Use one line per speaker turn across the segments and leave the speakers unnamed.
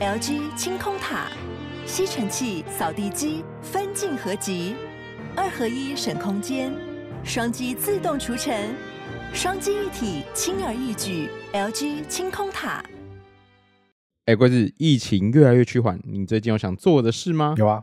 LG 清空塔、吸尘器、扫地机分镜合集，二合一省空间，双击自动除尘，双击一体轻而易举。LG 清空塔。
哎，贵子，疫情越来越趋缓，你最近有想做的事吗？
有啊，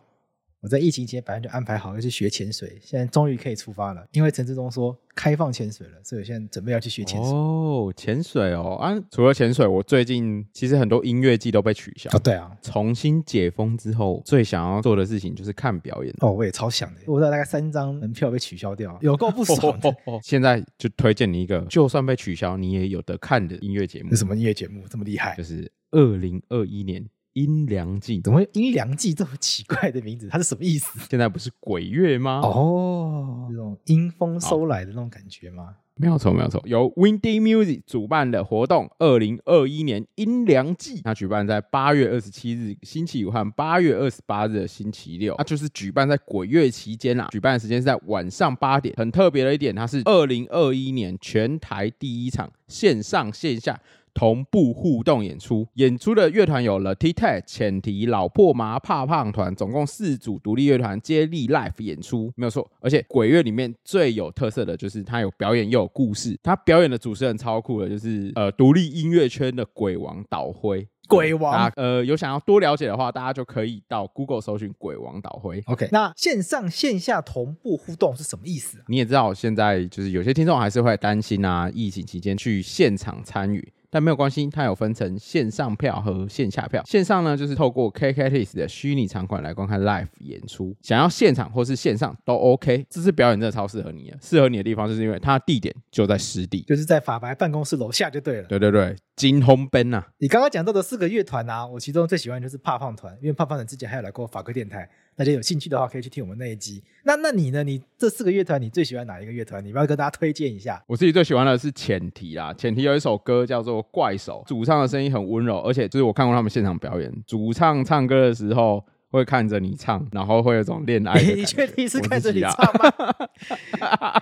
我在疫情前本来就安排好要去学潜水，现在终于可以出发了。因为陈志忠说开放潜水了，所以我现在准备要去学潜水。哦
哦，潜水哦啊！除了潜水，我最近其实很多音乐季都被取消。
对啊，
重新解封之后，最想要做的事情就是看表演。
哦，我也超想的，哦我有大概三张门票被取消掉，有够不爽的。
现在就推荐你一个，就算被取消，你也有得看的音乐节目
这，什么音乐节目这么厉害
就？是二零二一年阴凉季。
怎么会阴阳季这么奇怪的名字？它是什么意思？
现在不是鬼月吗？，
哦哦，这种阴风收来的那种感觉吗？
没有错，没有错，由 Windy Music 主办的活动，二零二一年阴凉季，它举办在八月二十七日星期五和八月二十八日的星期六，它就是举办在鬼月期间啊啦。举办的时间是在晚上八点，很特别的一点，它是二零二一年全台第一场线上线下。同步互动演出，演出的乐团有了 T T、浅提、老破麻、怕胖团，总共四组独立乐团接力 live 演出，没有错。而且鬼乐里面最有特色的就是它有表演又有故事，它表演的主持人超酷的，就是呃独立音乐圈的鬼王导辉。
鬼
大
王
家。呃有想要多了解的话，大家就可以到 Google 搜寻“鬼王导辉”。
OK，那线上线下同步互动是什么意思啊？
你也知道，现在就是有些听众还是会担心啊，疫情期间去现场参与。但没有关系，它有分成线上票和线下票。线上呢，就是透过 KKTIS 的虚拟场馆来观看 live 演出，想要现场或是线上都 OK。这次表演真的超适合你的，适合你的地方就是因为它的地点就在湿地。
就是在法白办公室楼下就对了。
对对对，金烘奔呐、啊，
你刚刚讲到的四个乐团啊，我其中最喜欢的就是怕胖团，因为怕胖团之前还有来过法科电台，大家有兴趣的话可以去听我们那一集。那那你呢？你这四个乐团，你最喜欢哪一个乐团？你要不要跟大家推荐一下？
我自己最喜欢的是浅提啦，浅提有一首歌叫做《怪手》，主唱的声音很温柔，而且就是我看过他们现场表演，主唱唱歌的时候会看着你唱，然后会有一种恋爱的感觉。
你确定是
我
看着
自己
你
啊
唱吗？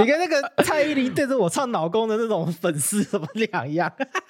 你跟那个蔡依林对着我唱老公的那种粉丝怎么两样？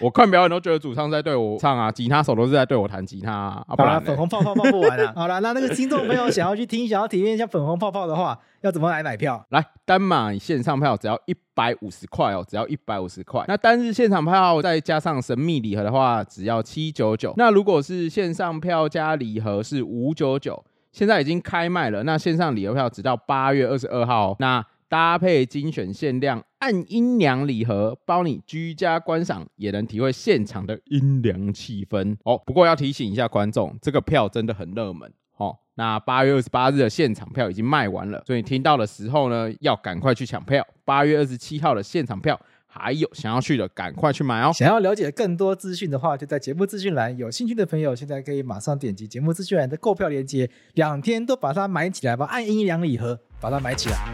我看表演都觉得主唱在对我唱啊，吉他手都是在对我弹吉他啊，啊不
好啦，
然
粉
嘞
红泡泡放不完啊了。好啦，那那个听众朋友想要去听、想要体验一下粉红泡泡的话，要怎么来买票？
来单买线上票只要一百五十块哦，只要一百五十块。那单日现场票再加上神秘礼盒的话，只要七九九。那如果是线上票加礼盒是五九九，现在已经开卖了。那线上礼盒票直到八月二十二号哦、那搭配精选限量暗阴凉礼盒，包你居家观赏，也能体会现场的阴凉气氛哦。不过要提醒一下观众，这个票真的很热门哦。那八月二十八日的现场票已经卖完了，所以听到的时候呢，要赶快去抢票。八月二十七号的现场票还有想要去的，赶快去买哦。
想要了解更多资讯的话，就在节目资讯栏。有兴趣的朋友，现在可以马上点击节目资讯栏的购票链接，两天都把它买起来吧，按阴阳礼盒把它买起来。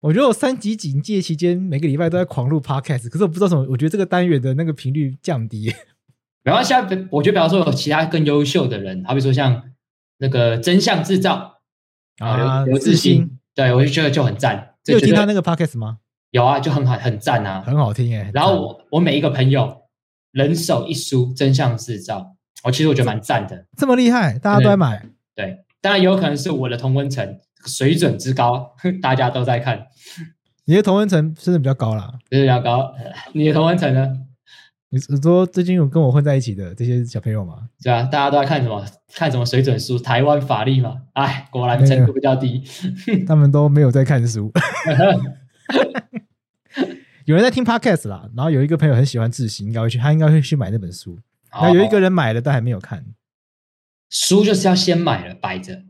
我觉得我三级警戒期间，每个礼拜都在狂录 podcast，可是我不知道什么，我觉得这个单元的那个频率降低。
然后下，我觉得比方说有其他更优秀的人，好比说像那个真相制造
啊
刘刘
志
志
新
新，对我就觉得就很赞，
你
就
有
觉
听他
得
那个 podcast 吗？
有啊，就很好，很赞啊。
很好听哎、
然后我我每一个朋友人手一书《真相制造》，我其实我觉得蛮赞的。
这么厉害，大家都在买。
对，当然也有可能是我的同温层水准之高， 大家都在看，
你的同温层真的比较高啦。
就是要高。 你的同温层呢？
你你说最近有跟我混在一起的这些小朋友吗？
对啊，大家都在看什么？看什么水准书？台湾法律嘛？哎，果然程度比较低。
他们都没有在看书， 有人在听 podcast 啦。然后有一个朋友很喜欢智行，应该会去，他应该会去买那本书。然后有一个人买了，但还没有看。
书就是要先买了摆着，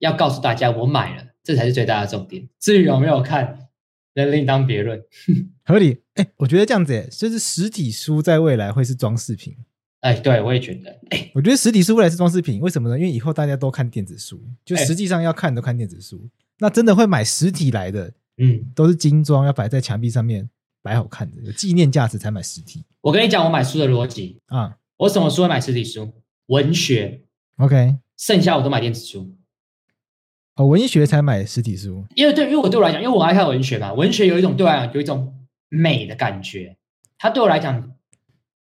要告诉大家我买了，这才是最大的重点。至于有没有看，那另当别论。
合理，哎、我觉得这样子、哎，就是实体书在未来会是装饰品。
哎，对我也觉得，哎，
我觉得实体书未来是装饰品，为什么呢？因为以后大家都看电子书，就实际上要看都看电子书。那真的会买实体来的，
嗯，
都是精装，要摆在墙壁上面，摆好看的，有纪念价值才买实体
我跟你讲，我买书的逻辑，
啊。
我什么书会买实体书？文学，
OK，
剩下我都买电子书。
哦，文艺学才买实体书，
因为对，因为我对我来讲，因为我爱看文学嘛，文学有一种对我来讲有一种美的感觉，它对我来讲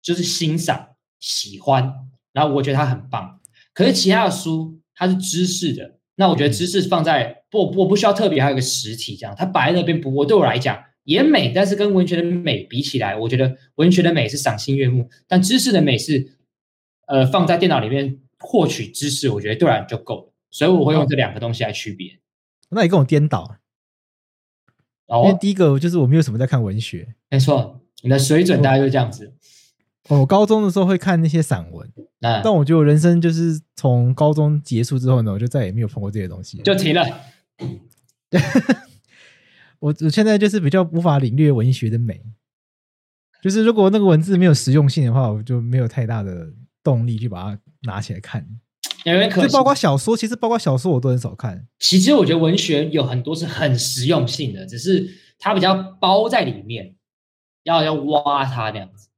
就是欣赏、喜欢，然后我觉得它很棒。可是其他的书它是知识的，那我觉得知识放在不，我不需要特别还有一个实体这样，它摆在那边不，我对我来讲也美，但是跟文学的美比起来，我觉得文学的美是赏心悦目，但知识的美是呃放在电脑里面获取知识，我觉得对我来讲就够了。所以我会用这两个东西来区别。
那你跟我颠倒，因为
哦，
第一个就是我没有什么在看文学。
没错，你的水
嗯
准大概就这样子。
哦我高中的时候会看那些散文，
那
但我觉得我人生就是从高中结束之后呢，我就再也没有碰过这些东西。
就停了。
我我现在就是比较无法领略文学的美，就是如果那个文字没有实用性的话，我就没有太大的动力去把它拿起来看。
有点可
就
惜
包。括小说，其实包括小说我都很少看。
其实我觉得文学有很多是很实用性的，只是它比较包在里面，要要挖它那样子。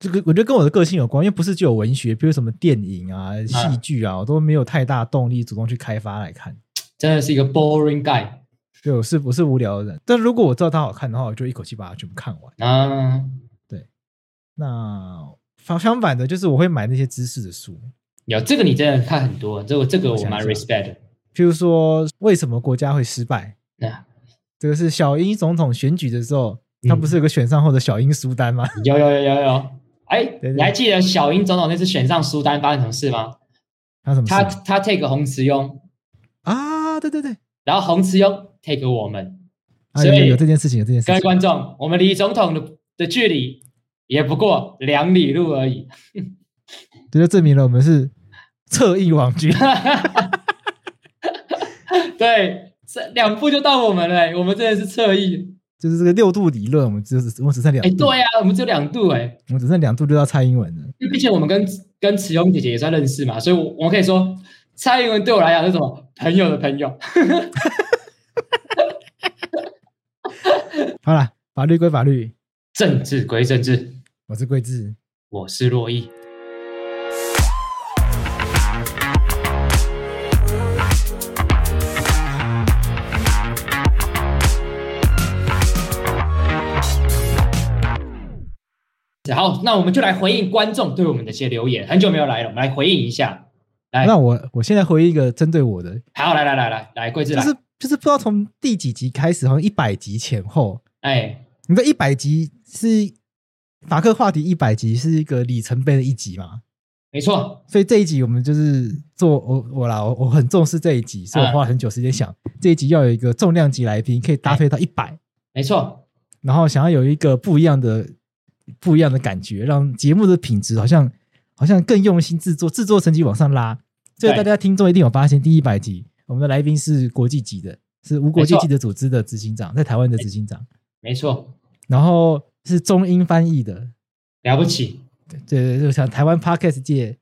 这个我觉得跟我的个性有关，因为不是只有文学，比如什么电影啊、
嗯
戏剧啊，我都没有太大动力主动去开发来看。
真的是一个 boring guy
对，我是我是无聊的人，但如果我知道它好看的话，我就一口气把它全部看完。
啊，
那反相反的，就是我会买那些知识的书，
有这个你真的看很多，这个这个我蛮
我想一下
respect 的。
譬如说为什么国家会失败，
那
这个是小英总统选举的时候，
嗯
他不是有个选上后的小英书单吗？
有有有有有，哎，
对
你还记得小英总统那次选上苏丹发生什么事吗？
他什么事
他他 take 洪慈庸，
啊？对对对，
然后洪慈庸 take 我们，
啊
所
有
以
有有这件事情，有这件事
各位
情。
观众，我们离总统的的距离也不过两里路而已。
这就证明了我们是侧翼网 军。
对，这两步就到我们了欸、我们真的是侧翼。
就是这个六度理论，我们只有我们只剩两
哎、
度，
对呀、我们只有两度哎、
我们只剩两度就要蔡英文了。
因为毕竟我们跟跟慈庸姐姐也算认识嘛，所以我我们可以说，蔡英文对我来讲是什么朋友的朋友。
好了，法律归法律，
政治归政治，
我是桂智，
我是洛毅。好，那我们就来回应观众对我们的一些留言，很久没有来了，我们来回应一下。来，
那我我现在回一个针对我的，
好，来来来来来，桂枝
就
来，
是就是不知道从第几集开始，好像一百集前后，
哎，
你知道一百集是法克话题一百集是一个里程碑的一集嘛？
没错，
所以这一集我们就是做我我啦，我我很重视这一集，所以我花了很久时间想、这一集要有一个重量级来宾，可以搭配到一百、
没错，
然后想要有一个不一样的、不一样的感觉，让节目的品质好像好像更用心制作，制作成绩往上拉。所以
对
大家听众一定有发现，第一百集我们的来宾是国际级的，是无国界记者组织的执行长，在台湾的执行长，
没错，
然后是中英翻译的，
了不起，
对对对，就像台湾 podcast 界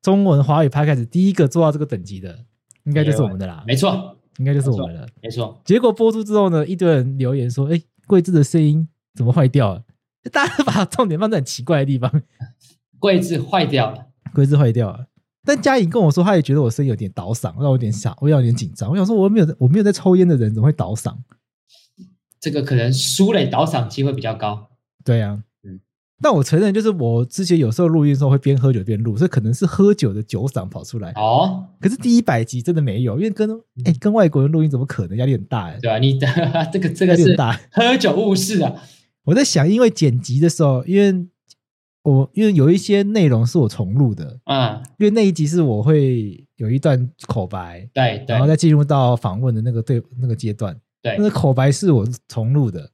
中文华语 podcast 第一个做到这个等级的，应该就是我们的啦，
没错，
应该就是我们的。
没错，
结果播出之后呢，一堆人留言说：“哎，桂枝的声音怎么坏掉了？”就大家把重点放在很奇怪的地方，
桂枝坏掉了，
桂枝坏掉了。但嘉颖跟我说，她也觉得我声音有点倒嗓，让我有点傻，我有点紧张。我想说，我又没有在我没有在抽烟的人怎么会倒嗓？
这个可能输了倒赏机会比较高，
对啊，
嗯
但我承认，就是我之前有时候录音的时候会边喝酒边录，所以可能是喝酒的酒嗓跑出来。
哦。嗯
可是第一百集真的没有，因为跟哎跟外国人录音怎么可能？压力很大、哎，
对啊，你这个这
压
个
力
是
很大。欸
喝酒误事啊，
我在想，因为剪辑的时候，因为我因为有一些内容是我重录的，
嗯，
因为那一集是我会有一段口白，
对对
然后再进入到访问的那个对那个阶段。那
对
个口白是我重录的，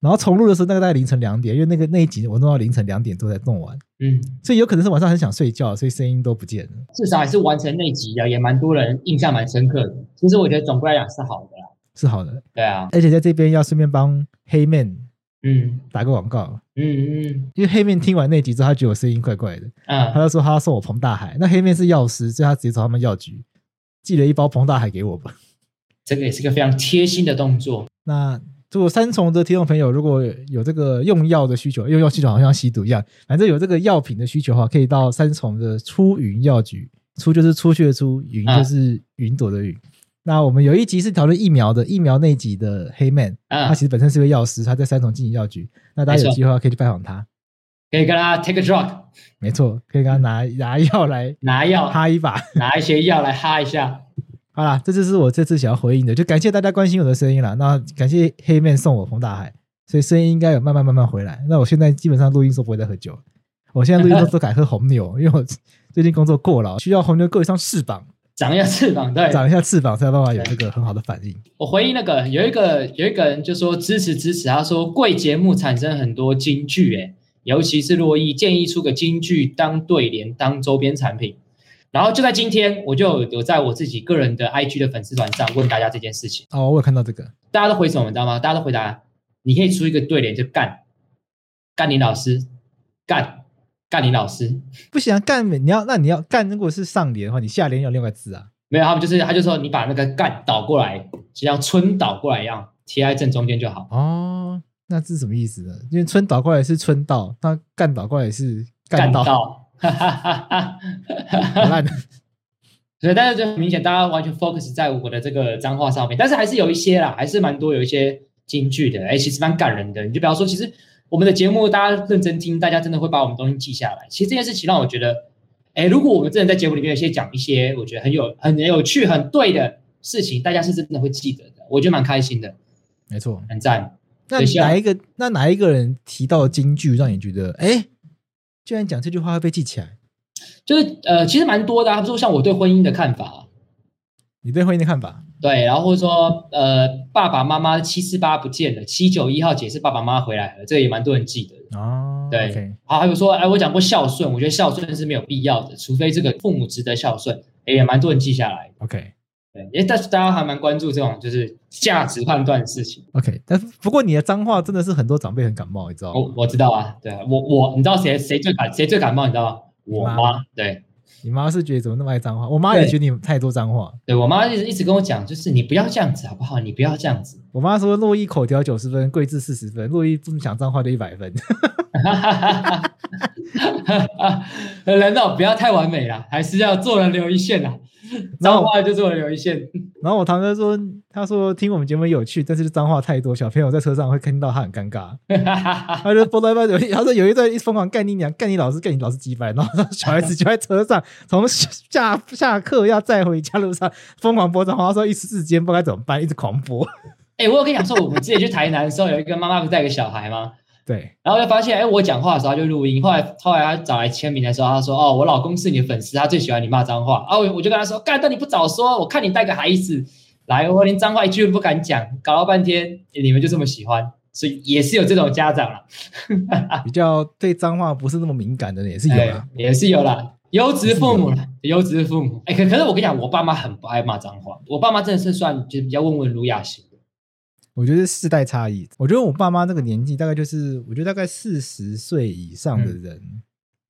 然后重录的时候大概大概凌晨两点，因为那个那一集我弄到凌晨两点多才弄完，
嗯，
所以有可能是晚上很想睡觉，所以声音都不见了。
至少还是完成那集的，也蛮多人印象蛮深刻的。其实我觉得总归来讲是好的啦，
是好的，
对啊，
而且在这边要顺便帮黑面
嗯
打个广告，
嗯
因为黑面听完那集之后，他觉得我声音怪怪的，
嗯
他
嗯，
就说他要送我彭大海，那黑面是药师，所以他直接找他们药局寄了一包彭大海给我吧。
这个也是个非常贴心的动作，
那如果三重的听众朋友如果有这个用药的需求，用药需求好像吸毒一样，反正有这个药品的需求的话，可以到三重的出云药局，出就是出去的出，云
啊
就是云朵的云，那我们有一集是讨论疫苗的，疫苗那一集的黑 man，、
嗯
他其实本身是位药师，他在三重经营药局。那大家有
没错
机会的话可以去拜访他，
可以跟他 take a drug，
没错，可以跟他拿拿药来
拿药，
哈一把。
拿一些药来哈一下。
好啦，这就是我这次想要回应的，就感谢大家关心我的声音啦。那感谢黑面送我红大海，所以声音应该有慢慢慢慢回来。那我现在基本上录音时候不会再喝酒了，我现在录音时候都改喝红牛， 因为我最近工作过劳，需要红牛够一双翅膀，
长一下翅膀，对
长一下翅膀才有办法有这个很好的反应。
我回应那个有一个有一个人就说支持支持，他说贵节目产生很多金句，哎，尤其是洛伊建议出个金句当对联当周边产品，然后就在今天我就有在我自己个人的 IG 的粉丝团上问大家这件事情，
哦，我有看到这个，
大家都回什么你知道吗？大家都回答你可以出一个对联就干干林老师干干林老师，
不行、啊，干你要那你要干，如果是上联的话，你下联要另外字啊。
没有他们就是他就说你把那个干倒过来，就像春倒过来一样贴在正中间就好。
哦，那是什么意思呢？因为春倒过来是春到，那干倒过来是干
干
到，
到，哈哈哈
好
哈！
烂。
所以，但是就很明显，大家完全 focus 在我的这个脏话上面，但是还是有一些啦，还是蛮多有一些金句的，哎、其实蛮感人的。你就比方说，其实我们的节目大家认真听，大家真的会把我们东西记下来。其实这件事情让我觉得，哎、如果我们真的在节目里面有一些讲一些我觉得很有、很有趣、很对的事情，大家是真的会记得的，我觉得蛮开心的，
没错，
很赞。
那
对像
哪一个那哪一个人提到的金句让你觉得，哎，居然讲这句话会被记起来？
就是呃，其实蛮多的、啊，比如说像我对婚姻的看法、啊，
你对婚姻的看法？
对，然后或者说，呃，爸爸妈妈七四八不见了，七九一号解释爸爸妈妈回来了，这个也蛮多人记得的。
哦，
对
OK
好，还有说，哎，我讲过孝顺，我觉得孝顺是没有必要的，除非这个父母值得孝顺，哎也蛮多人记下来的。
OK
对，因为但是大家还蛮关注这种就是价值判断的事情。
OK，但是不过你的脏话真的是很多长辈很感冒，你知道
我
吗？
我知道啊，对我我你知道谁谁最感谁最感冒，你知道吗？我
你妈
妈，对
你妈是觉得怎么那么爱脏话？我妈也
对
觉得你太多脏话。
对，我妈一直一直跟我讲，就是你不要这样子好不好？你不要这样子。
我妈说洛伊口条九十分，桂智四十分，洛伊不讲脏话就一百分。
哈哈哈哈哈！人哦，不要太完美啦，还是要做人留一线啦。
然
脏
后
话就做人留一线，
然后我堂哥说，他说听我们节目有趣，但是脏话太多，小朋友在车上会听到他很尴尬。他就播到一半有一，他说有一段一疯狂干你娘，干你老师，干你老师几百，然后小孩子就在车上，从下下课要载回家路上疯狂播脏话，他说一时之间不知道该怎么办，一直狂播。
哎、我有跟你讲说，我们之前去台南的时候，有一个妈妈不是带个小孩吗？
对，
然后就发现，哎、我讲话的时候她就录音。后来后来她找来签名的时候，她说：“哦，我老公是你的粉丝，他最喜欢你骂脏话。”啊，我我就跟她说：“干，但你不早说，我看你带个孩子来，我连脏话一句都不敢讲，搞了半天你们就这么喜欢，所以也是有这种家长啦。”
比较对脏话不是那么敏感的人也是有啦
哎。也是有啦，优质父母啦，优质父母。哎、可可是我跟你讲，我爸妈很不爱骂脏话，我爸妈真的是算就是比较温文儒雅型的。
我觉得是世代差异，我觉得我爸妈那个年纪大概就是，我觉得大概四十岁以上的人，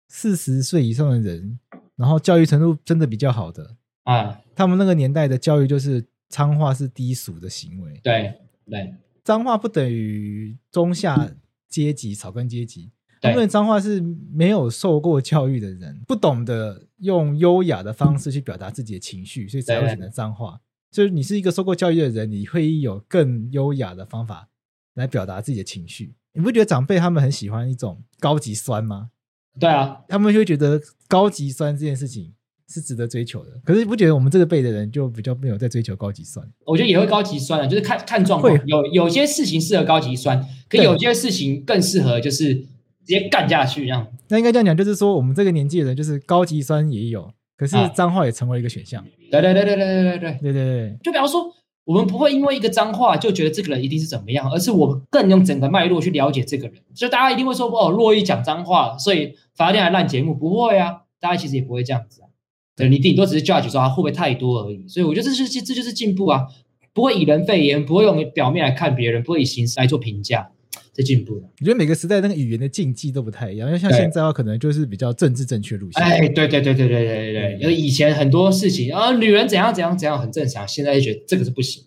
四十、岁以上的人，然后教育程度真的比较好的，
啊，
他们那个年代的教育就是脏话是低俗的行为，
对对
脏话不等于中下阶级、草根阶级，他们
对
的脏话是没有受过教育的人，不懂得用优雅的方式去表达自己的情绪，所以才会
对
选择脏话。就是你是一个受过教育的人，你会有更优雅的方法来表达自己的情绪。你不觉得长辈他们很喜欢一种高级酸吗？
对啊，
他们就会觉得高级酸这件事情是值得追求的。可是你不觉得我们这个辈的人就比较没有在追求高级酸？
我觉得也会高级酸啊，就是看看状况
会，
有有些事情适合高级酸，可
对
有些事情更适合就是直接干下去这样。
那应该这样讲，就是说我们这个年纪的人，就是高级酸也有，可是
啊
脏话也成为一个选项。
对对对对对对对对，
对对对，
就比方说。我们不会因为一个脏话就觉得这个人一定是怎么样，而是我们更用整个脉络去了解这个人。所以大家一定会说哦，洛伊讲脏话，所以法律还烂节目，不会啊，大家其实也不会这样子啊。对，你顶多只是 judge 说他会不会太多而已。所以我觉得这就是这就是进步啊，不会以人废言，不会用表面来看别人，不会以形式来做评价，这进步了。
我觉得每个时代那个语言的禁忌都不太一样，因为像
对
现在的话，可能就是比较政治正确路线。
哎，对对对对对对对对，因为以前很多事情啊，女人怎样怎样怎样很正常，现在就觉得这个是不行。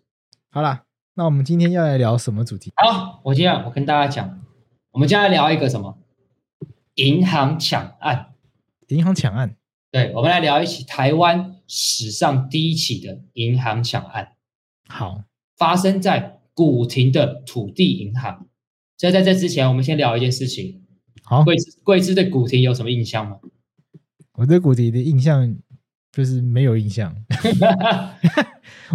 好啦，那我们今天要来聊什么主题？
好，我今天我跟大家讲，我们今天来聊一个什么？银行抢案。
银行抢案。
对，我们来聊一起台湾史上第一起的银行抢案。
好，
发生在古亭的土地银行。所以在这之前，我们先聊一件事情。
好，
贵司贵司对古亭有什么印象吗？
我对古迪的印象就是没有印象，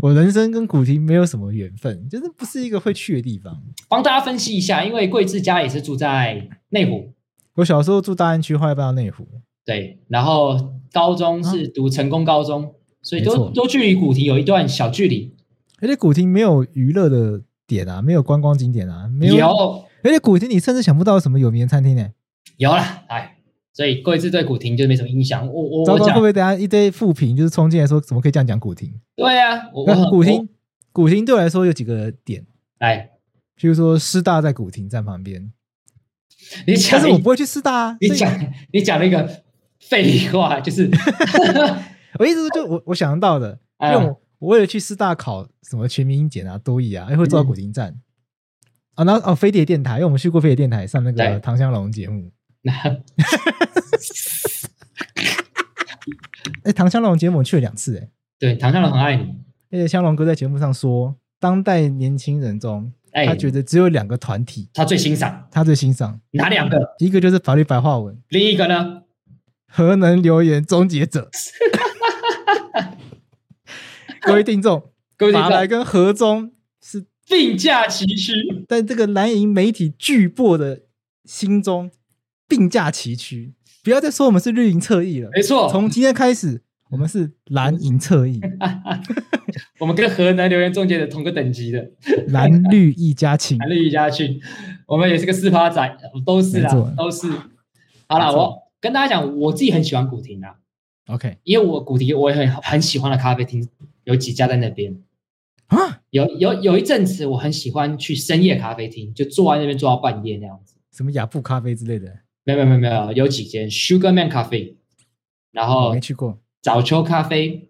我人生跟古迪没有什么缘分，就是不是一个会去的地方。
帮大家分析一下，因为贵志家也是住在内湖，
我小时候住大安区，后来搬到内湖，
对，然后高中是读成功高中，所以
啊没
都
错
都距离古亭有一段小距离。
而且古亭没有娱乐的点啊，没有观光景点啊，没有。
有
而且古亭你甚至想不到有什么有名的餐厅呢、
有啦，哎，所以贵志对古亭就没什么印象。我我
糟
我
糕，会
讲
不，会等下一堆负评就是冲进来说怎么可以这样讲古亭？
对啊，我我
那
很
古，
我
亭，古亭对我来说有几个点，
哎，
譬如说师大在古亭站旁边，
你讲
但
一，
是我不会去师大啊。
你
所以
讲你讲了一个废话，就是
我意思是就我我想到的，因
嗯
为我我为了去师大考什么全民英检啊、多益啊，哎会坐到古亭站。
嗯
啊，然后哦，飞碟电台，因为我们去过飞碟电台上那
对
个唐香龙节目。哎，唐香龙节目我去了两次，哎，
对唐香龙很爱你，
而且香龙哥在节目上说，当代年轻人中，
哎，
他觉得只有两个团体
他最欣赏
他最欣赏，
哪两个？
一个就是法律白话文，
另一个呢？
核能留言终结者。各位听众，
各位听
法
众
来跟核中是
并驾齐驱，
在这个蓝营媒体巨擘的心中并驾齐驱。不要再说我们是绿营侧翼了，
没错，
从今天开始，我们是蓝营侧翼，
我们跟河南留言中介的同个等级的，
蓝绿一家亲。
韩立瑜家去，我们也是个四趴仔，都是
没错
啦，都是。好啦，
没错
我跟大家讲，我自己很喜欢古亭啊，
OK
因为我古亭我也很很喜欢的咖啡厅有几家在那边。
啊，
有有有一阵子，我很喜欢去深夜咖啡厅，就坐在那边坐到半夜那样子。
什么雅布咖啡之类的，
没有没有没有没有，有几间 Sugarman 咖啡，然
我
后
没去过。
早秋咖啡、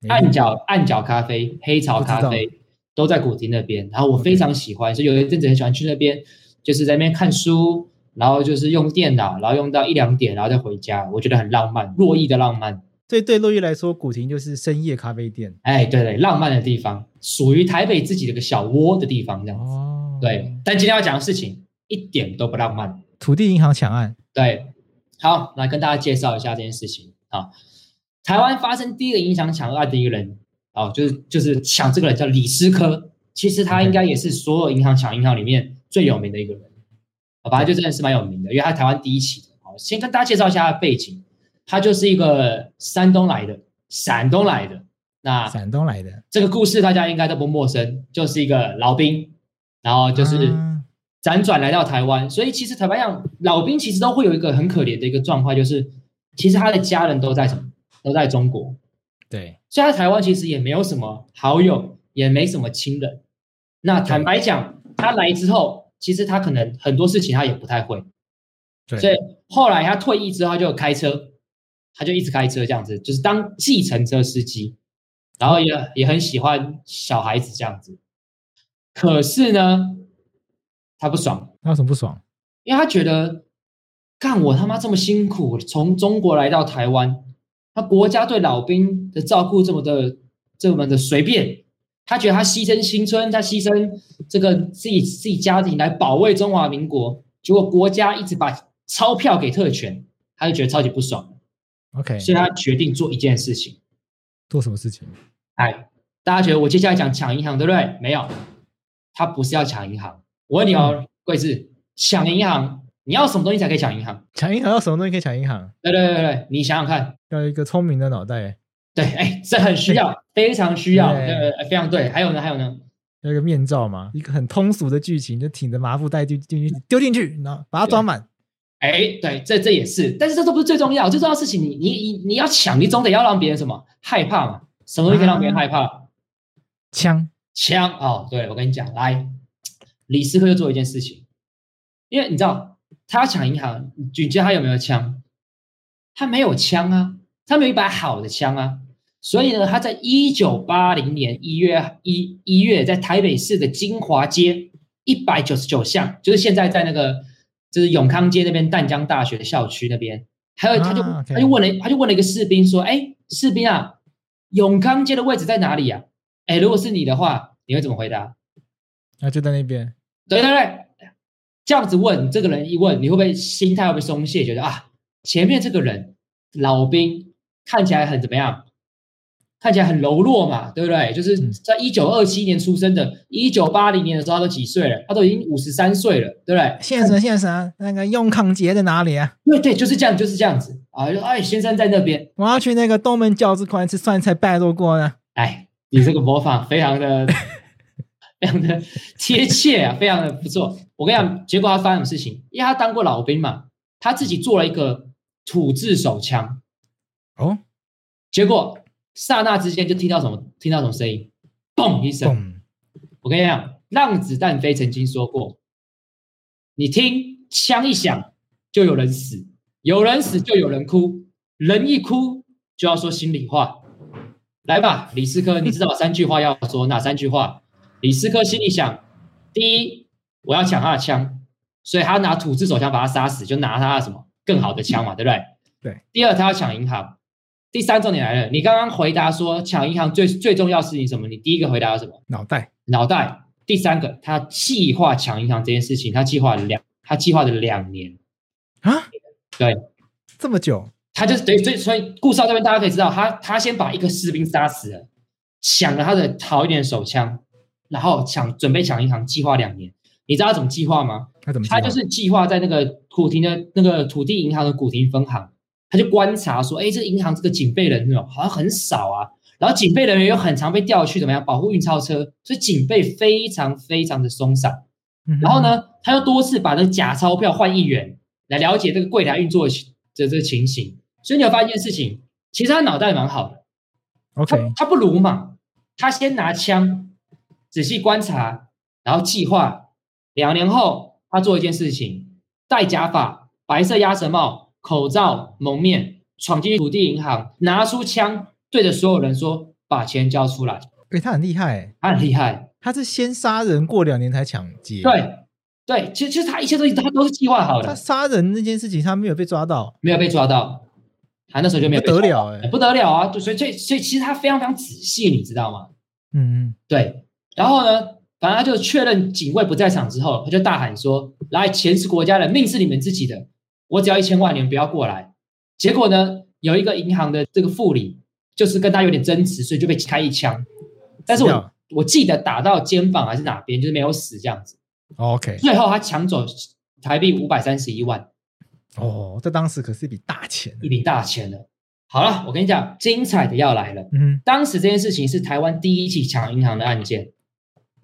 没去
暗角暗角咖啡、黑潮
嗯
咖
不知
啡都在古亭那边，然后我非常喜欢，所以有一阵子很喜欢去那边，就是在那边看书，然后就是用电脑，然后用到一两点，然后再回家，我觉得很浪漫，洛邑的浪漫，
所以对洛伊来说，古亭就是深夜咖啡店。
哎，对对，浪漫的地方，属于台北自己的一个小窝的地方，这样子。
哦，
对，，但今天要讲的事情一点都不浪漫，
土地银行抢案，
对，好，来跟大家介绍一下这件事情啊。台湾发生第一个影响抢案的一个人啊，就是就是抢这个人叫李思科，其实他应该也是所有银行抢银行里面最有名的一个人，啊，反正就真的是蛮有名的，因为他台湾第一起的。好，先跟大家介绍一下他的背景，他就是一个山东来的，山东来的。那
山东来的，
这个故事大家应该都不陌生，就是一个老兵，然后就是。
啊
辗转来到台湾，所以其实台湾样老兵其实都会有一个很可怜的一个状况，就是其实他的家人都在什么都在中国，
对，
所以他在台湾其实也没有什么好友，也没什么亲人。那坦白讲，他来之后，其实他可能很多事情他也不太会，
对
所以后来他退役之后，他就开车，他就一直开车这样子，就是当计程车司机，然后也也很喜欢小孩子这样子。可是呢，他不爽，
他有什么不爽？
因为他觉得，干我他妈这么辛苦，从中国来到台湾，他国家对老兵的照顾这么的这么的随便，他觉得他牺牲青春，他牺牲这个自己自己家庭来保卫中华民国，结果国家一直把钞票给特权，他就觉得超级不爽，
OK，
所以他决定做一件事情。
做什么事情？
哎，大家觉得我接下来讲抢银行对不对？没有，他不是要抢银行。我问你哦，贵志，抢银行你要什么东西才可以抢银行？
抢银行要什么东西可以抢银行？
对对对对，你想想看，
要一个聪明的脑袋，
对，哎，这很需要，非常需要，
对
对，非常对。还有呢，还有呢，
要一个面罩嘛，一个很通俗的剧情，就挺着麻布袋进进去丢进去，然后把它装满。
哎，对，这这也是，但是这都不是最重要，最重要的事情你，你你你要抢，你总得要让别人什么害怕嘛，什么东西可以让别
啊
人害怕？
枪
枪哦，对我跟你讲，来，李斯科就做一件事情，因为你知道他要抢银行，你觉得他有没有枪？他没有枪啊，他没有一把好的枪啊，所以呢，他在一九八零年一月一一月在台北市的金华街一百九十九巷，就是现在在那个就是永康街那边淡江大学的校区那边，还有他就、
啊，OK
他就问了他就问了一个士兵说，哎，士兵啊，永康街的位置在哪里呀、啊？哎，如果是你的话，你会怎么回答？
那就在那边，
对对对，这样子问这个人一问，你会不会心态会不会松懈？觉得啊，前面这个人老兵看起来很怎么样？看起来很柔弱嘛，对不对？就是
嗯
在一九二七年出生的，一九八零年的时候他都几岁了？他都已经五十三岁了，对不对？
现实现实啊，那个永康节在哪里啊？
对对，就是这样，就是这样子啊！就哎，先生在那边，
我要去那个东门饺子馆吃酸菜拜肉锅呢。
哎，你这个模仿非常的、非常的贴切啊，非常的不错。我跟你讲，结果他发生什么事情？因为他当过老兵嘛，他自己做了一个土制手枪，
哦，
结果刹那之间就听到什么，听到什么声音，嘣一声。
嘣！
我跟你讲，让子弹飞曾经说过，你听枪一响就有人死，有人死就有人哭，人一哭就要说心里话。来吧，李斯科，你知道我三句话要说哪三句话？李斯科心里想：第一，我要抢他的枪，所以他拿土制手枪把他杀死，就拿他的什么更好的枪嘛，对不对？
对。
第二，他要抢银行。第三，重点来了，你刚刚回答说抢银行最最重要的事情是什么？你第一个回答是什么？
脑袋
脑袋。第三个，他计划抢银行这件事情，他计划了两，他计划了两年，
啊？
对，
这么久？
他就是对，所以所以故事到这边大家可以知道，他他先把一个士兵杀死了，抢了他的好一点的手枪，然后抢准备抢银行，计划两年。你知道他怎么计划吗？
他怎么计划？
他就是计划在那个古亭的那个土地银行的古亭分行，他就观察说，哎，这银行这个警备人员哦好像很少啊，然后警备人员又很常被调去怎么样保护运钞车，所以警备非常非常的松散。
嗯哼
然后？呢，他又多次把这假钞票换一元来了解这个柜台运作的情的这个情形，所以你有发现一件事情，其实他脑袋蛮好的，他
？OK，
他不鲁莽，他先拿枪仔细观察，然后计划。两年后，他做一件事情：戴假发、白色鸭舌帽、口罩、蒙面，闯进土地银行，拿出枪对着所有人说：“把钱交出来。
哎，他很厉害欸，”
他很厉害，
他是先杀人，过两年才抢劫。，
对对，其实其实他一切东西他都是计划好
嗯他
的，
杀人那件事情他没有被抓到，
没有被抓到。他那时候就没
不
有
得
被抓到
了哎
哎。不得了啊！就所以所以所以其实他非常非常仔细，你知道吗？
嗯
对，然后呢，反正他就确认警卫不在场之后，他就大喊说：“来，钱是国家的，命是你们自己的，我只要一千万，你们不要过来。”结果呢，有一个银行的这个副理就是跟他有点争执，所以就被开一枪，但是
死
我
掉
我记得打到肩膀还是哪边，就是没有死这样子。
嗯，OK。
最后他抢走台币五百三十一万，
哦，这当时可是一笔大钱。
一笔大钱了。好了，我跟你讲，精彩的要来了。
嗯
当时这件事情是台湾第一起抢银行的案件。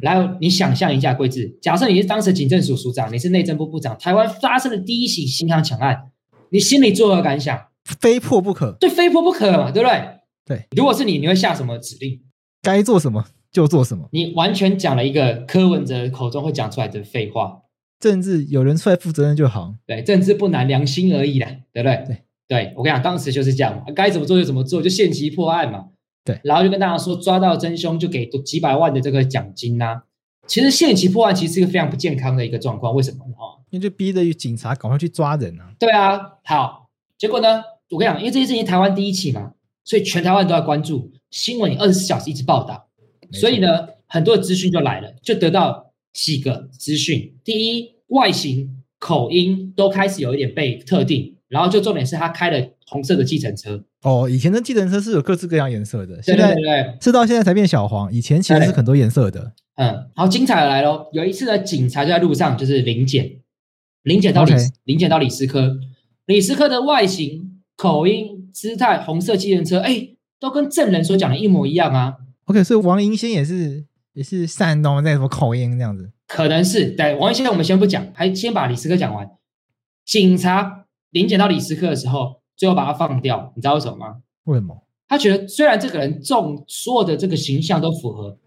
来，你想象一下，桂志，假设你是当时警政署署长，你是内政部部长，台湾发生的第一起银行抢案，你心里作何感想？
哼，非破不可，
对，非破不可嘛，对不对？
对。
如果是你，你会下什么指令？
该做什么就做什么。
你完全讲了一个柯文哲口中会讲出来的废话。
政治有人出来负责任就好。
对，政治不难，良心而已啦，对不对？
嗯对，
我跟你讲，当时就是这样嘛，该怎么做就怎么做，就限期破案嘛。
对
然后就跟大家说，抓到真凶就给多几百万的这个奖金呐、其实限期破案其实是一个非常不健康的一个状况，为什么呢？哦，
因为就逼着警察赶快去抓人啊！
对啊，好，结果呢，我跟你讲，因为这件事情台湾第一起嘛，所以全台湾都在关注，新闻也二十四小时一直报道，
没错
所以呢，很多的资讯就来了，就得到几个资讯：第一，外形、口音都开始有一点被特定，然后就重点是他开了红色的计程车，
哦，以前的计程车是有各式各样颜色的，
对
现
对
在
对对，
是到现在才变小黄，以前其实是很多颜色的。
嗯，好，精彩的来喽！有一次呢，警察就在路上，就是临检，临检到李
OK
临检到李斯科，李斯科的外形、口音、姿态、红色计程车，哎，都跟证人所讲的一模一样啊。
OK，所以王银仙也是也是山东那什么口音这样子。
可能是，对，王一先生我们先不讲，还先把李斯科讲完。警察临检到李斯科的时候，最后把他放掉，你知道为什么吗？
为什么？
他觉得虽然这个人中所有的这个形象都符合，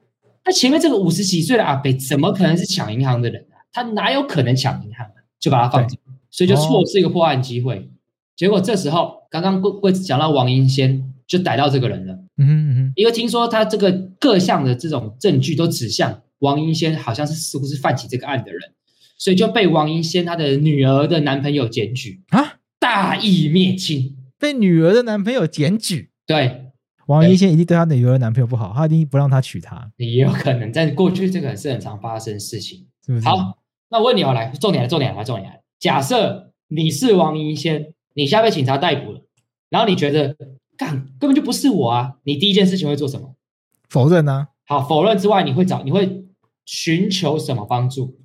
但前面这个五十几岁的阿北怎么可能是抢银行的人啊？他哪有可能抢银行啊？就把他放走，所以就错失一个破案机会。结果这时候，刚刚贵贵子讲到王英先就逮到这个人了，
嗯哼嗯哼，
因为听说他这个各项的这种证据都指向王英先，好像是似乎是犯起这个案的人，所以就被王英先她的女儿的男朋友检举
啊，
大义灭亲。
被女儿的男朋友检举，
对，
王一现一定对她的有了男朋友不好，她一定不让他娶她，
也有可能在过去这个是很常发生的事情。
是不是？
好，那我问你哦，来，重点来，重点来，重点来。假设你是王银仙，你现在被警察逮捕了，然后你觉得干根本就不是我啊，你第一件事情会做什么？
否认啊，
好，否认之外，你会找你会寻求什么帮助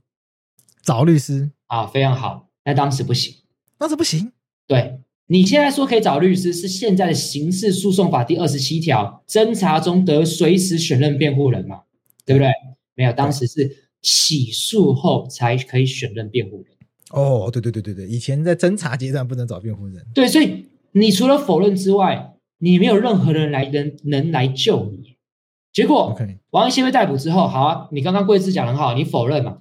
找律师
啊？非常好，那当时不行。
那是不行，
对你现在说可以找律师，是现在的刑事诉讼法第二十七条，侦查中得随时选任辩护人嘛，对不对？没有，当时是起诉后才可以选任辩护人。
哦，对对对对对，以前在侦查阶段不能找辩护人，
对，所以你除了否认之外，你没有任何人来能能来救你。结果
OK
王一仙被逮捕之后，好啊，你刚刚桂志讲得很好，你否认嘛？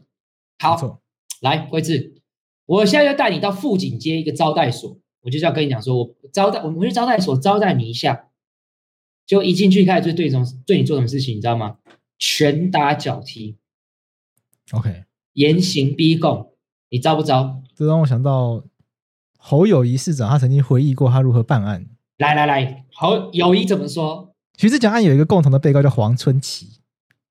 没
好，
错，
来桂志，我现在就带你到富锦街一个招待所，我就是要跟你讲说，我招待，我们去招待所招待你一下。就一进去开始就对你什么对你做什么事情，你知道吗？拳打脚踢，
OK，
严刑逼供，你招不招？
这让我想到侯友谊市长，他曾经回忆过他如何办案。
来来来，好，友谊怎么说？
徐志强案有一个共同的被告叫黄春琪，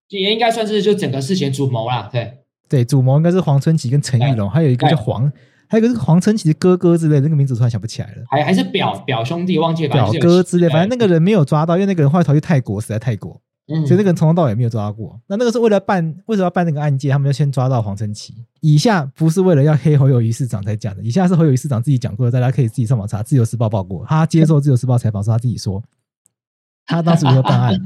也应该算是就整个事情主谋啦，对，
对，主谋应该是黄春琪跟陈玉龙，还有一个叫黄，还有一个是黄春琪的哥哥之类，那个名字突然想不起来了，
还还是表表兄弟，忘记了
表哥之类，反正那
个，
个人没有抓到，因为那个人后来逃去泰国，死在泰国，
嗯
所以那个人从头到尾没有抓到过。那那个是为了办，为什么要办那个案件？他们就先抓到黄春琪。以下不是为了要黑侯友谊市长才讲的，以下是侯友谊市长自己讲过的，大家可以自己上网查，《自由时报》报过，他接受《自由时报》采访时候，他自己说，他当时如何办案？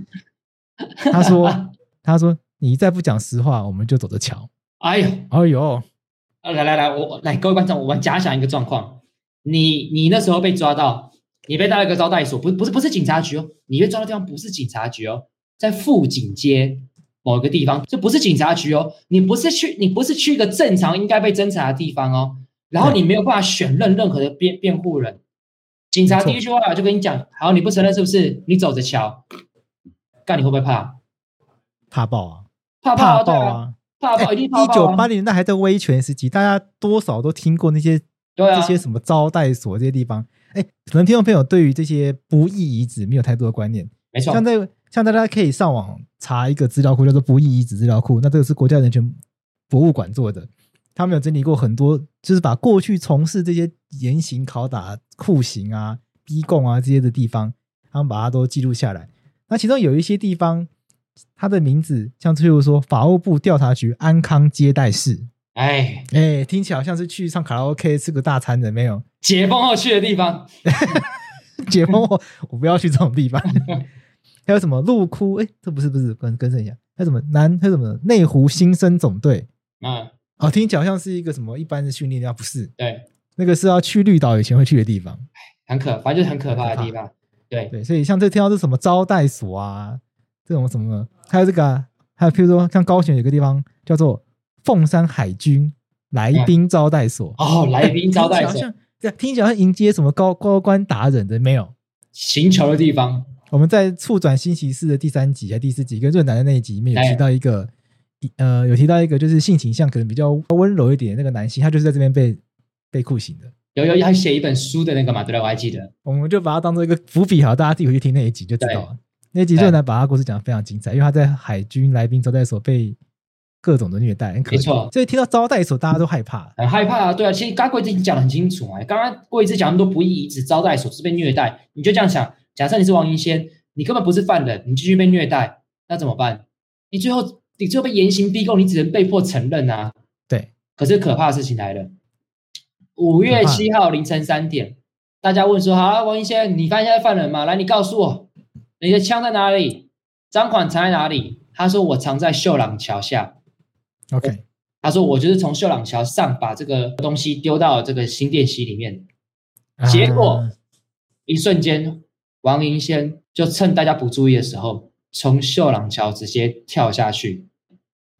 他说，他说你再不讲实话，我们就走着瞧。
哎呦，
哎呦，
呃来来来，我我来各位观众，我们假想一个状况，你你那时候被抓到，你被带到一个招待所，不不是不是警察局哦，你被抓到地方不是警察局哦，在富锦街某一个地方，这不是警察局哦，你不是去你不是去一个正常应该被侦查的地方哦，然后你没有办法选任任何的辩辩护人，警察
没错
第一句话就跟你讲，好，你不承认是不是？你走着瞧，干你会不会怕？
怕爆啊，
怕
怕
爆
爆
啊！
啊！
对啊，怕爆一定怕
一九
爆啊！
八零年代还在威权时期，大家多少都听过那些
对啊
这，些什么招待所这些地方。哎，可能听众朋友对于这些不义遗址没有太多的观念，
没错
像，在像大家可以上网查一个资料库，叫做不义遗址资料库。那这个是国家人权博物馆做的，他们有整理过很多，就是把过去从事这些严刑拷打、酷刑啊、逼供啊这些的地方，他们把它都记录下来。那其中有一些地方，它的名字像譬如说法务部调查局安康接待室，
哎，
哎，听起来好像是去唱卡拉 OK 吃个大餐的，没有？
解封后去的地方，
解封后，我不要去这种 地方。还有什么陆窟？哎，这不是不是，跟跟正一下。还有什么南？还有什么内湖新生总队？
嗯，
哦，听起来好像是一个什么一般的训练地方，不是？
对，
那个是要去绿岛以前会去的地方。
很可，反正就是很可怕的地方，对，
对，所以像这听到这什么招待所啊，这种什么，还有这个啊、还有譬如说像高雄有个地方叫做凤山海军来宾招待所，
哦，来宾嗯招待
听 起来好
所，
像对，听起来好像迎接什么高高官达人的没有？
行球的地方，
我们在《促转新歧视》的第三集还第四集跟润南的那一集里面
哎
有提到一个，一呃，有提到一个就是性倾向可能比较温柔一点的那个男性，他就是在这边被被酷刑的。
有有还写一本书的那个嘛，对不对？我还记得，
我们就把它当做一个伏笔，好，大家自己回去听那一集就知道了。那一集
对
润南把他故事讲得非常精彩，因为他在海军来宾招待所被各种的虐待，很可怜
没错
所以听到招待所，大家都害怕。
很害怕啊，对啊，其实刚刚贵子已经讲得很清楚嘛，刚刚贵子讲那么多不义遗址、招待所是被虐待，你就这样想，假设你是王一仙，你根本不是犯人，你继续被虐待，那怎么办？你最后你最后被严刑逼供，你只能被迫承认啊，
对，
可是可怕的事情来了，五月七号凌晨三点，大家问说：“好啊，王一仙，你发现犯人吗？来，你告诉我，你的枪在哪里？赃款藏在哪里？”他说：“我藏在秀朗桥下。
OK，”
他说：“我就是从秀朗桥上把这个东西丢到这个新店溪里面。”哦结果
啊
一瞬间，王银仙就趁大家不注意的时候，从秀朗桥直接跳下去，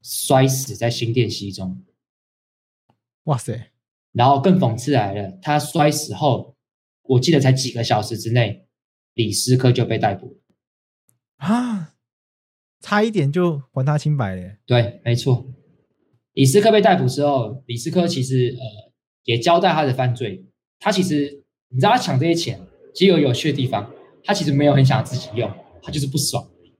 摔死在新店溪中。
哇塞，
然后更讽刺来了，他摔死后，我记得才几个小时之内，李斯科就被逮捕了。
啊，差一点就还他清白了。
对，没错。李斯科被逮捕之后，李斯科其实呃也交代他的犯罪。他其实你知道他抢这些钱，其实有有趣的地方，他其实没有很想自己用，他就是不爽而已。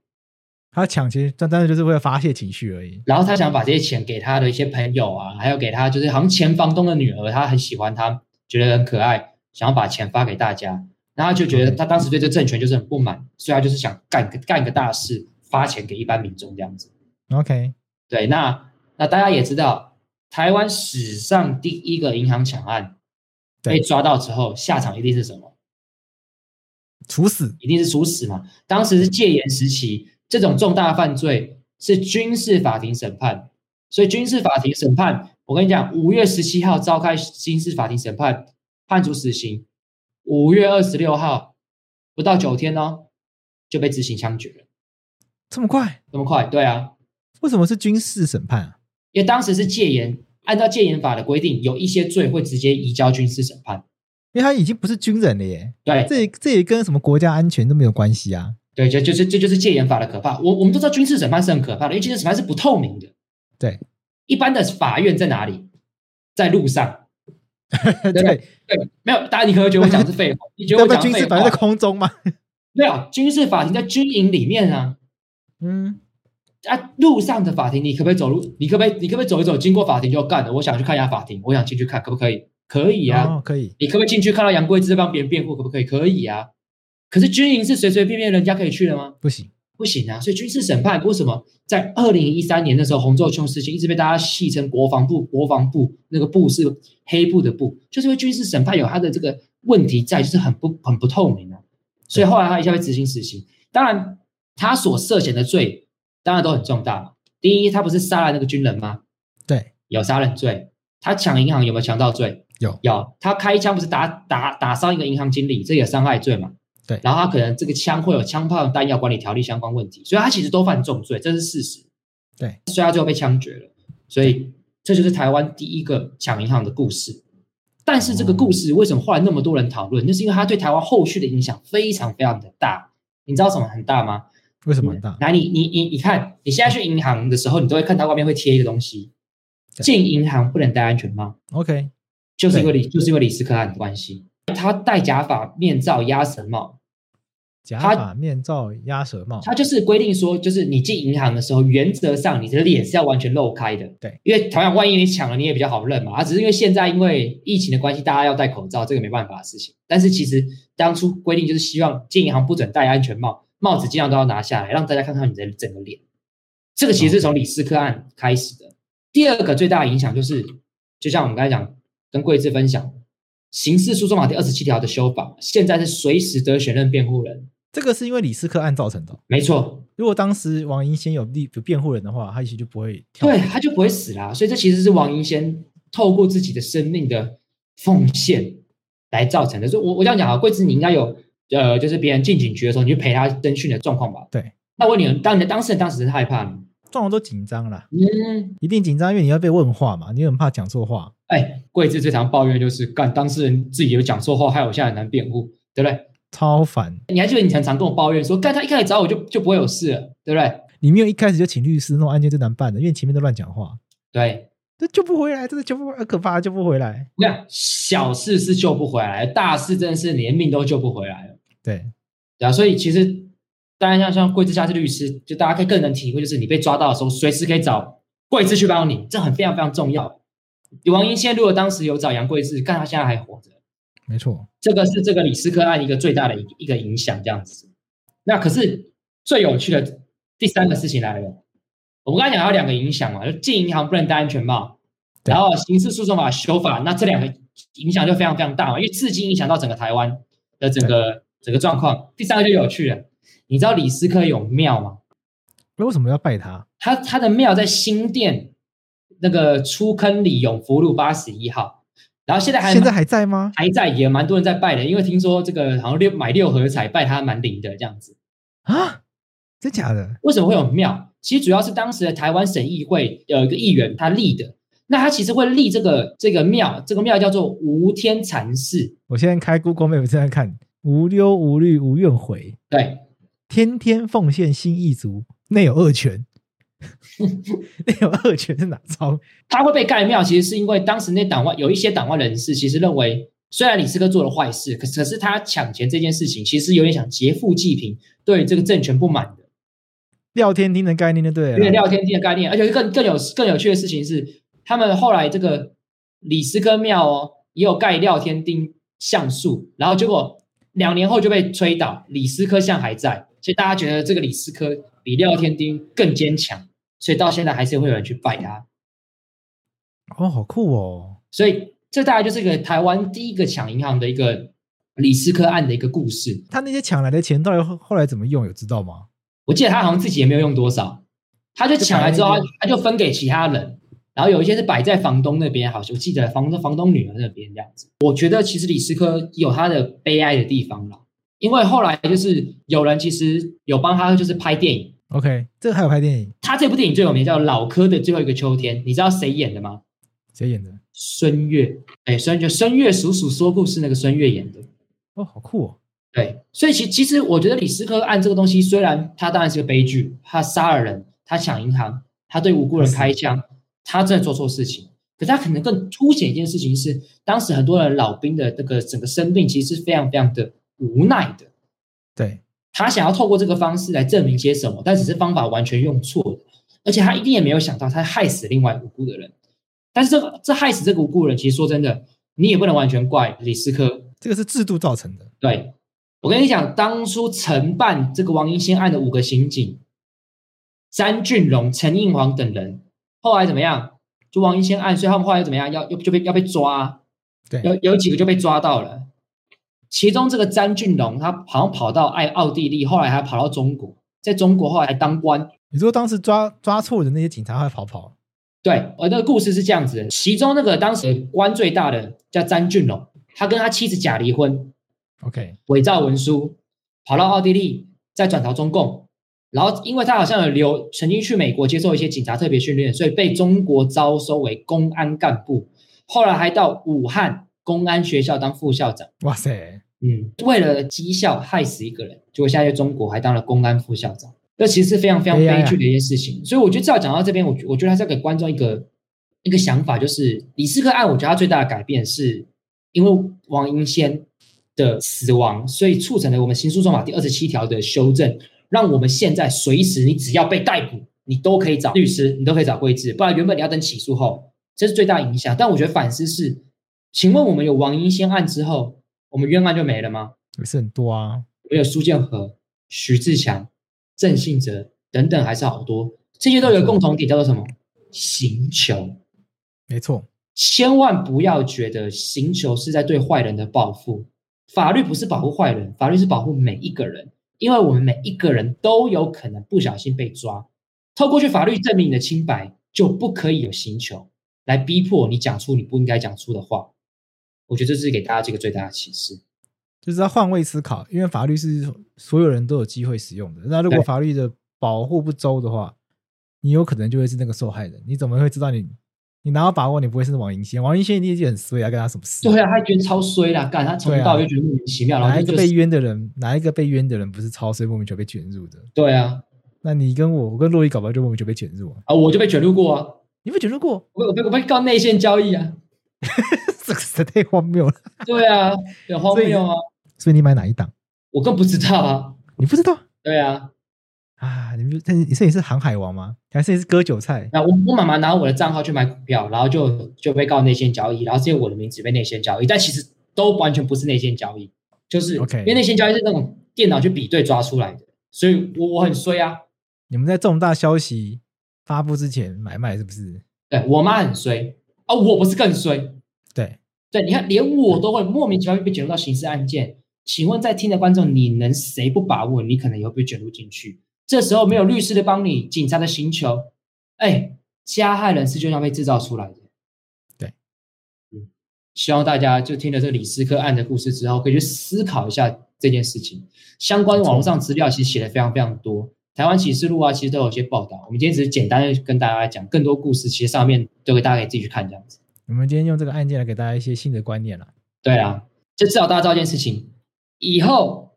他抢其实但但是就是为了发泄情绪而已。
然后他想把这些钱给他的一些朋友啊，还有给他就是好像前房东的女儿，他很喜欢他，觉得很可爱，想要把钱发给大家。然后他就觉得他当时对这政权就是很不满，所以他就是想干个干个大事，发钱给一般民众这样子。
OK，
对，那那大家也知道，台湾史上第一个银行抢案
对
被抓到之后，下场一定是什么？
处死
一定是处死嘛。当时是戒严时期，这种重大犯罪是军事法庭审判，所以军事法庭审判，我跟你讲，五月十七号召开军事法庭审判，判处死刑，五月二十六号不到九天哦，就被执行枪决了，
这么快？
这么快？对啊，
为什么是军事审判啊？
因为当时是戒严，按照戒严法的规定，有一些罪会直接移交军事审判。
因为他已经不是军人了耶，
对，
这这也跟什么国家安全都没有关系啊。
对，这就是这就是戒严法的可怕。我我们都知道军事审判是很可怕的，因为军事审判是不透明的。
对，
一般的法院在哪里？在路上。
对
对
对，
对，没有，大家你可能觉得我讲的是废话，你觉得
要
我
不
讲
然
的
军
是废
事
话
反正在空中嘛。
没有，军事法庭在军营里面啊。
嗯，
啊，路上的法庭，你可不可以走路？你可不可以？你可不可以走一走？经过法庭就干了。我想去看一下法庭，我想进去看，可不可以？可以啊。
哦，可以。
你可不可以进去看到杨贵枝在帮别人辩护？可不可以？可以啊。可是军营是随随便便人家可以去的吗？
不行，
不行啊！所以军事审判为什么在二零一三年的时候，洪仲秋事情一直被大家戏称国防部国防部那个部是黑部的部，就是因为军事审判有它的这个问题在，就是很不很不透明啊。所以后来他一下被执行死刑。当然，他所涉嫌的罪当然都很重大嘛。第一，他不是杀了那个军人吗？
对，
有杀人罪。他抢银行有没有强盗罪？
有
有。他开枪不是打打打伤一个银行经理，这也伤害罪嘛？然后他可能这个枪会有枪炮弹药管理条例相关问题，所以他其实都犯重罪，这是事实。
对，
所以他最后被枪决了。所以这就是台湾第一个抢银行的故事。但是这
哦
个故事为什么后来那么多人讨论？就是因为它对台湾后续的影响非常非常的大。你知道什么很大吗？
为什么很大？
来，你你你你看，你现在去银行的时候，你都会看到外面会贴一个东西：
对
进银行不能戴安全帽。
OK，
就是因为李就是因为李斯科案的关系，他戴假发、面罩、鸭舌帽，
假
他
发、面罩、鸭舌帽。
它就是规定说，就是你进银行的时候，原则上你的脸是要完全露开的。
对，
因为同样，万一你抢了，你也比较好认嘛。啊，只是因为现在因为疫情的关系，大家要戴口罩，这个没办法的事情。但是其实当初规定就是希望进银行不准戴安全帽，帽子尽量都要拿下来，让大家看看你的整个脸。这个其实是从李斯科案开始的。第二个最大的影响就是，就像我们刚才讲，跟桂枝分享的，刑事诉讼法第二十七条的修法，现在是随时得选任辩护人。
这个是因为李斯克案造成的哦。
没错，
如果当时王英先有立有辩护人的话，他也许就不会跳。
对，他就不会死啦。所以这其实是王英先透过自己的生命的奉献来造成的。所以我我这样讲啊，桂枝你应该有呃，就是别人进警局的时候，你去陪他侦讯的状况吧。
对。
那问你，当你的当事人当时是害怕吗？
状况都紧张啦，
嗯，
一定紧张，因为你要被问话嘛，你很怕讲错话。
哎，桂枝最常抱怨就是干当事人自己有讲错话，害我现在很难辩护，对不对？
超烦。
你还记得你常常跟我抱怨说，干他一开始找我就就不会有事了，对不对？
你没有一开始就请律师，那种案件最难办的，因为前面都乱讲话，
对，
这救不回来，真的救不回来，可怕，救不回来。
我讲小事是救不回来，大事真的是连命都救不回来了。
对，
对啊，所以其实当然像像桂枝下是律师，就大家可以更能体会，就是你被抓到的时候，随时可以找桂枝去帮你，这很非常非常重要。王英先如果当时有找杨桂枝，看他现在还活着，
没错，
这个是这个李斯科案一个最大的一一个影响，这样子。那可是最有趣的第三个事情来了，我们刚才讲到两个影响嘛，就进银行不能戴安全帽，
对
然后刑事诉讼法修法，那这两个影响就非常非常大嘛，因为至今影响到整个台湾的整个整个状况。第三个就有趣了，你知道李斯科有庙吗？
那为什么要拜他？
他他的庙在新店那个出坑里永福路八十一号，然后现在还
现在还在吗？
还在，也蛮多人在拜的，因为听说这个好像六买六合彩拜他蛮灵的这样子。
啊，真假的？
为什么会有庙？其实主要是当时的台湾省议会有一个议员他立的，那他其实会立这个这个庙，这个庙叫做无天禅寺，
我现在开 Google Map 正在看，无忧无虑无怨悔，
对，
天天奉献心意足，内有恶犬。内有恶犬是哪招？
他会被盖庙，其实是因为当时那党外有一些党外人士其实认为虽然李斯科做了坏事，可可是他抢钱这件事情其实有点想劫富济贫，对这个政权不满的，
廖天丁的概念就对啊
有点
了。
廖天丁的概念。而且更更有更有趣的事情是，他们后来这个李斯科庙哦，也有盖廖天丁像素，然后结果两年后就被吹倒，李斯科像还在，所以大家觉得这个李斯科比廖天丁更坚强，所以到现在还是会有人去拜他。
哦，好酷哦！
所以这大概就是一个台湾第一个抢银行的一个李斯科案的一个故事。
他那些抢来的钱到底后后来怎么用，有知道吗？
我记得他好像自己也没有用多少，他就抢来之后，
就摆在那
他他就分给其他人，然后有一些是摆在房东那边，好像我记得房东房东女儿那边这样子。我觉得其实李斯科有他的悲哀的地方啦，因为后来就是有人其实有帮他就是拍电影，
OK，这个还有拍电影，
他这部电影最有名叫《老柯的最后一个秋天》，你知道谁演的吗？
谁演的？
孙越，哎，孙越，孙越叔叔说故事那个孙越演的。
哦，好酷哦！
对，所以其其实我觉得李斯科案这个东西，虽然他当然是个悲剧，他杀了人，他抢银行，他对无辜人开枪，他真的做错事情。可是他可能更凸显一件事情是，当时很多人老兵的那个整个生病其实是非常非常的无奈的，
对，
他想要透过这个方式来证明些什么，但只是方法完全用错了，而且他一定也没有想到他害死另外无辜的人。但是这个这害死这个无辜的人，其实说真的，你也不能完全怪李斯科，
这个是制度造成的。
对，我跟你讲，当初承办这个王银仙案的五个刑警，詹俊荣、陈应煌等人，后来怎么样？就王银仙案，所以他们后来怎么样？要要就被要被抓啊，
对
有有几个就被抓到了。其中这个詹俊荣，他好像跑到爱奥地利，后来还跑到中国，在中国后来还当官。
你说当时抓抓错的那些警察还跑跑，
对，我那个故事是这样子的，其中那个当时官最大的叫詹俊荣，他跟他妻子假离婚，
OK，
伪造文书，跑到奥地利，再转逃中共。然后，因为他好像有留曾经去美国接受一些警察特别训练，所以被中国招收为公安干部。后来还到武汉公安学校当副校长。
哇塞，
嗯，为了绩效害死一个人，结果现在在中国还当了公安副校长，这其实是非常非常
悲哀
悲
啊
剧的一件事情。所以我觉得至少讲到这边，我觉我觉得还是要给观众一个一个想法，就是李斯科案，我觉得它最大的改变是因为王英先的死亡，所以促成了我们新诉讼法第二十七条的修正，让我们现在随时你只要被逮捕，你都可以找律师，你都可以找贵志，不然原本你要等起诉后，这是最大影响。但我觉得反思是，请问我们有王英先案之后，我们冤案就没了吗？
也是很多啊。
我们有苏建和、徐志强、郑信哲等等，还是好多，这些都有一个共同点，叫做什么？刑求。
没错，
千万不要觉得刑求是在对坏人的报复，法律不是保护坏人，法律是保护每一个人，因为我们每一个人都有可能不小心被抓，透过去法律证明你的清白，就不可以有刑求来逼迫你讲出你不应该讲出的话。我觉得这是给大家这个最大的启示。
就是要换位思考，因为法律是所有人都有机会使用的。那如果
对
法律的保护不周的话，你有可能就会是那个受害人。你怎么会知道你你哪有把握你不会是王银仙？王银仙一定是很衰啊，跟他什么事？
对啊，他觉得超衰啦，干他从头到尾就觉得莫名其妙，然
啊哪
后
一
就
个
就
被
是
冤的人，哪一个被冤的人不是超衰莫名其妙被卷入的？
对啊
那你跟我，我跟洛伊搞不好就莫名其妙被卷入啊？
啊，我就被卷入过啊，
你被卷入过？
我被我被告内线交易啊，
这个实在太荒谬了。
对啊，很荒谬啊，
所以你买哪一档？
我更不知道啊，
你不知道
对啊，
啊？你们，但是你说你是航海王吗？还是你是割韭菜？
那我我妈妈拿我的账号去买股票，然后就就被告内线交易，然后是用我的名字被内线交易，但其实都完全不是内线交易，就是
OK
因为内线交易是那种电脑去比对抓出来的，所以我我很衰啊，
你们在重大消息发布之前买卖是不是？
对我妈很衰啊，我不是更衰，
对，
对，你看连我都会莫名其妙被卷入到刑事案件，请问在听的观众，你能谁不把握？你可能也会被卷入进去，这时候没有律师的帮你，警察的刑求，哎，加害人是就像被制造出来的。
对，
嗯，希望大家就听了这个李斯科案的故事之后，可以去思考一下这件事情。相关网络上资料其实写的非常非常多，台湾启示录啊，其实都有一些报道。我们今天只是简单的跟大家讲，更多故事其实上面都给大家可以自己去看这样子。
我们今天用这个案件来给大家一些新的观念了。
对啊，就至少大家知道一件事情：以后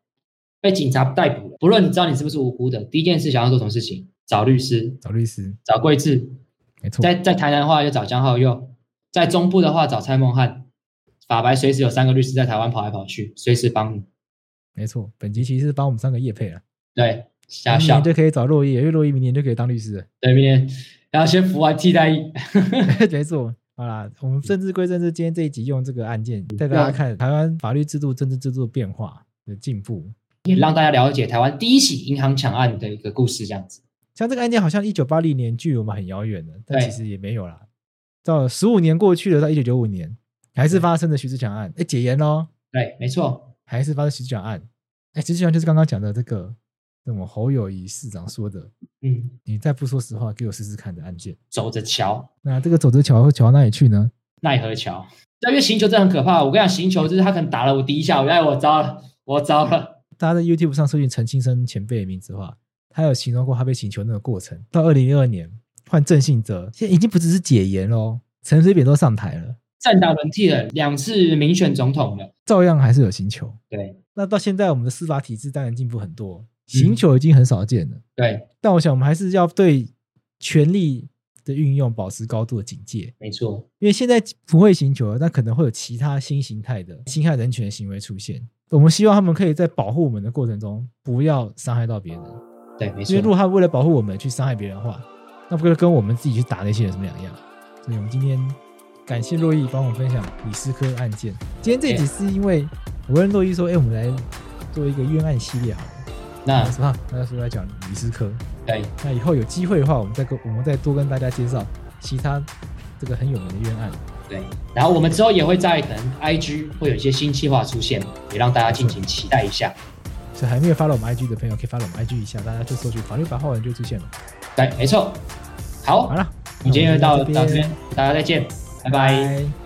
被警察逮捕了，不论你知道你是不是无辜的，第一件事想要做什么事情？找律师，
找律师，
找桂智，
没错，
在在台南的话就找江浩佑，在中部的话找蔡梦汉，法白随时有三个律师在台湾跑来跑去，随时帮你。
没错，本集其实是帮我们三个业配了，
对，
明
瞎笑
年。就可以找洛伊，因为洛伊明年就可以当律师了。
对，明天然后先服完替代役。
没错。好啦，我们政治归政治，今天这一集用这个案件带大家看台湾法律制度、政治制度的变化的进步。
也让大家了解台湾第一起银行抢案的一个故事，这样子。
像这个案件，好像一九八零年距我们很遥远的，但
对
其实也没有啦。到十五年过去了，到一九九五年，还是发生了徐志强案，哎，解严喽，
对，没错，
还是发生徐志强案。哎，徐志强就是刚刚讲的这个，那么侯友谊市长说的，
嗯，
你再不说实话，给我试试看的案件。
走着瞧，
那这个走着瞧会瞧到哪里去呢？
奈何桥。对，因为行球真的很可怕。我跟你讲，行球就是他可能打了我第一下，我就哎，我糟了，我糟了。
大家在 YouTube 上搜寻陈庆生前辈的名字的话，他有形容过他被请求那个过程。到二零六二年换郑信哲，现在已经不只是解严喽，陈水扁都上台了，
政党轮替了两次民选总统了，
照样还是有刑求。
对
那到现在我们的司法体制当然进步很多，刑求已经很少见了。
对，
但我想我们还是要对权力的运用保持高度的警戒，
没错，
因为现在不会刑求了，那可能会有其他新形态的侵害人权的行为出现。我们希望他们可以在保护我们的过程中，不要伤害到别人。
对没
因为如
错。
果他为了保护我们去伤害别人的话，那不就跟我们自己去打那些人什么两样？啊所以我们今天感谢洛伊帮我们分享李斯科案件。今天这一集是因为我跟洛伊说，哎、我们来做一个冤案系列好了。
那
那什么，那时候来讲李斯科。
对
那以后有机会的话，我们再跟我们再多跟大家介绍其他这个很有名的冤案。
对，然后我们之后也会在可能 IG 会有一些新计划出现，也让大家敬请期待一下。
所以还没有 follow 我们 IG 的朋友，可以 follow 我们 IG 一下，大家就搜取法律白话文就出现了。
对，没错。好
好，了，
我们今天就到
那我们
到
就
这
这边
边，大家再见，拜拜。
拜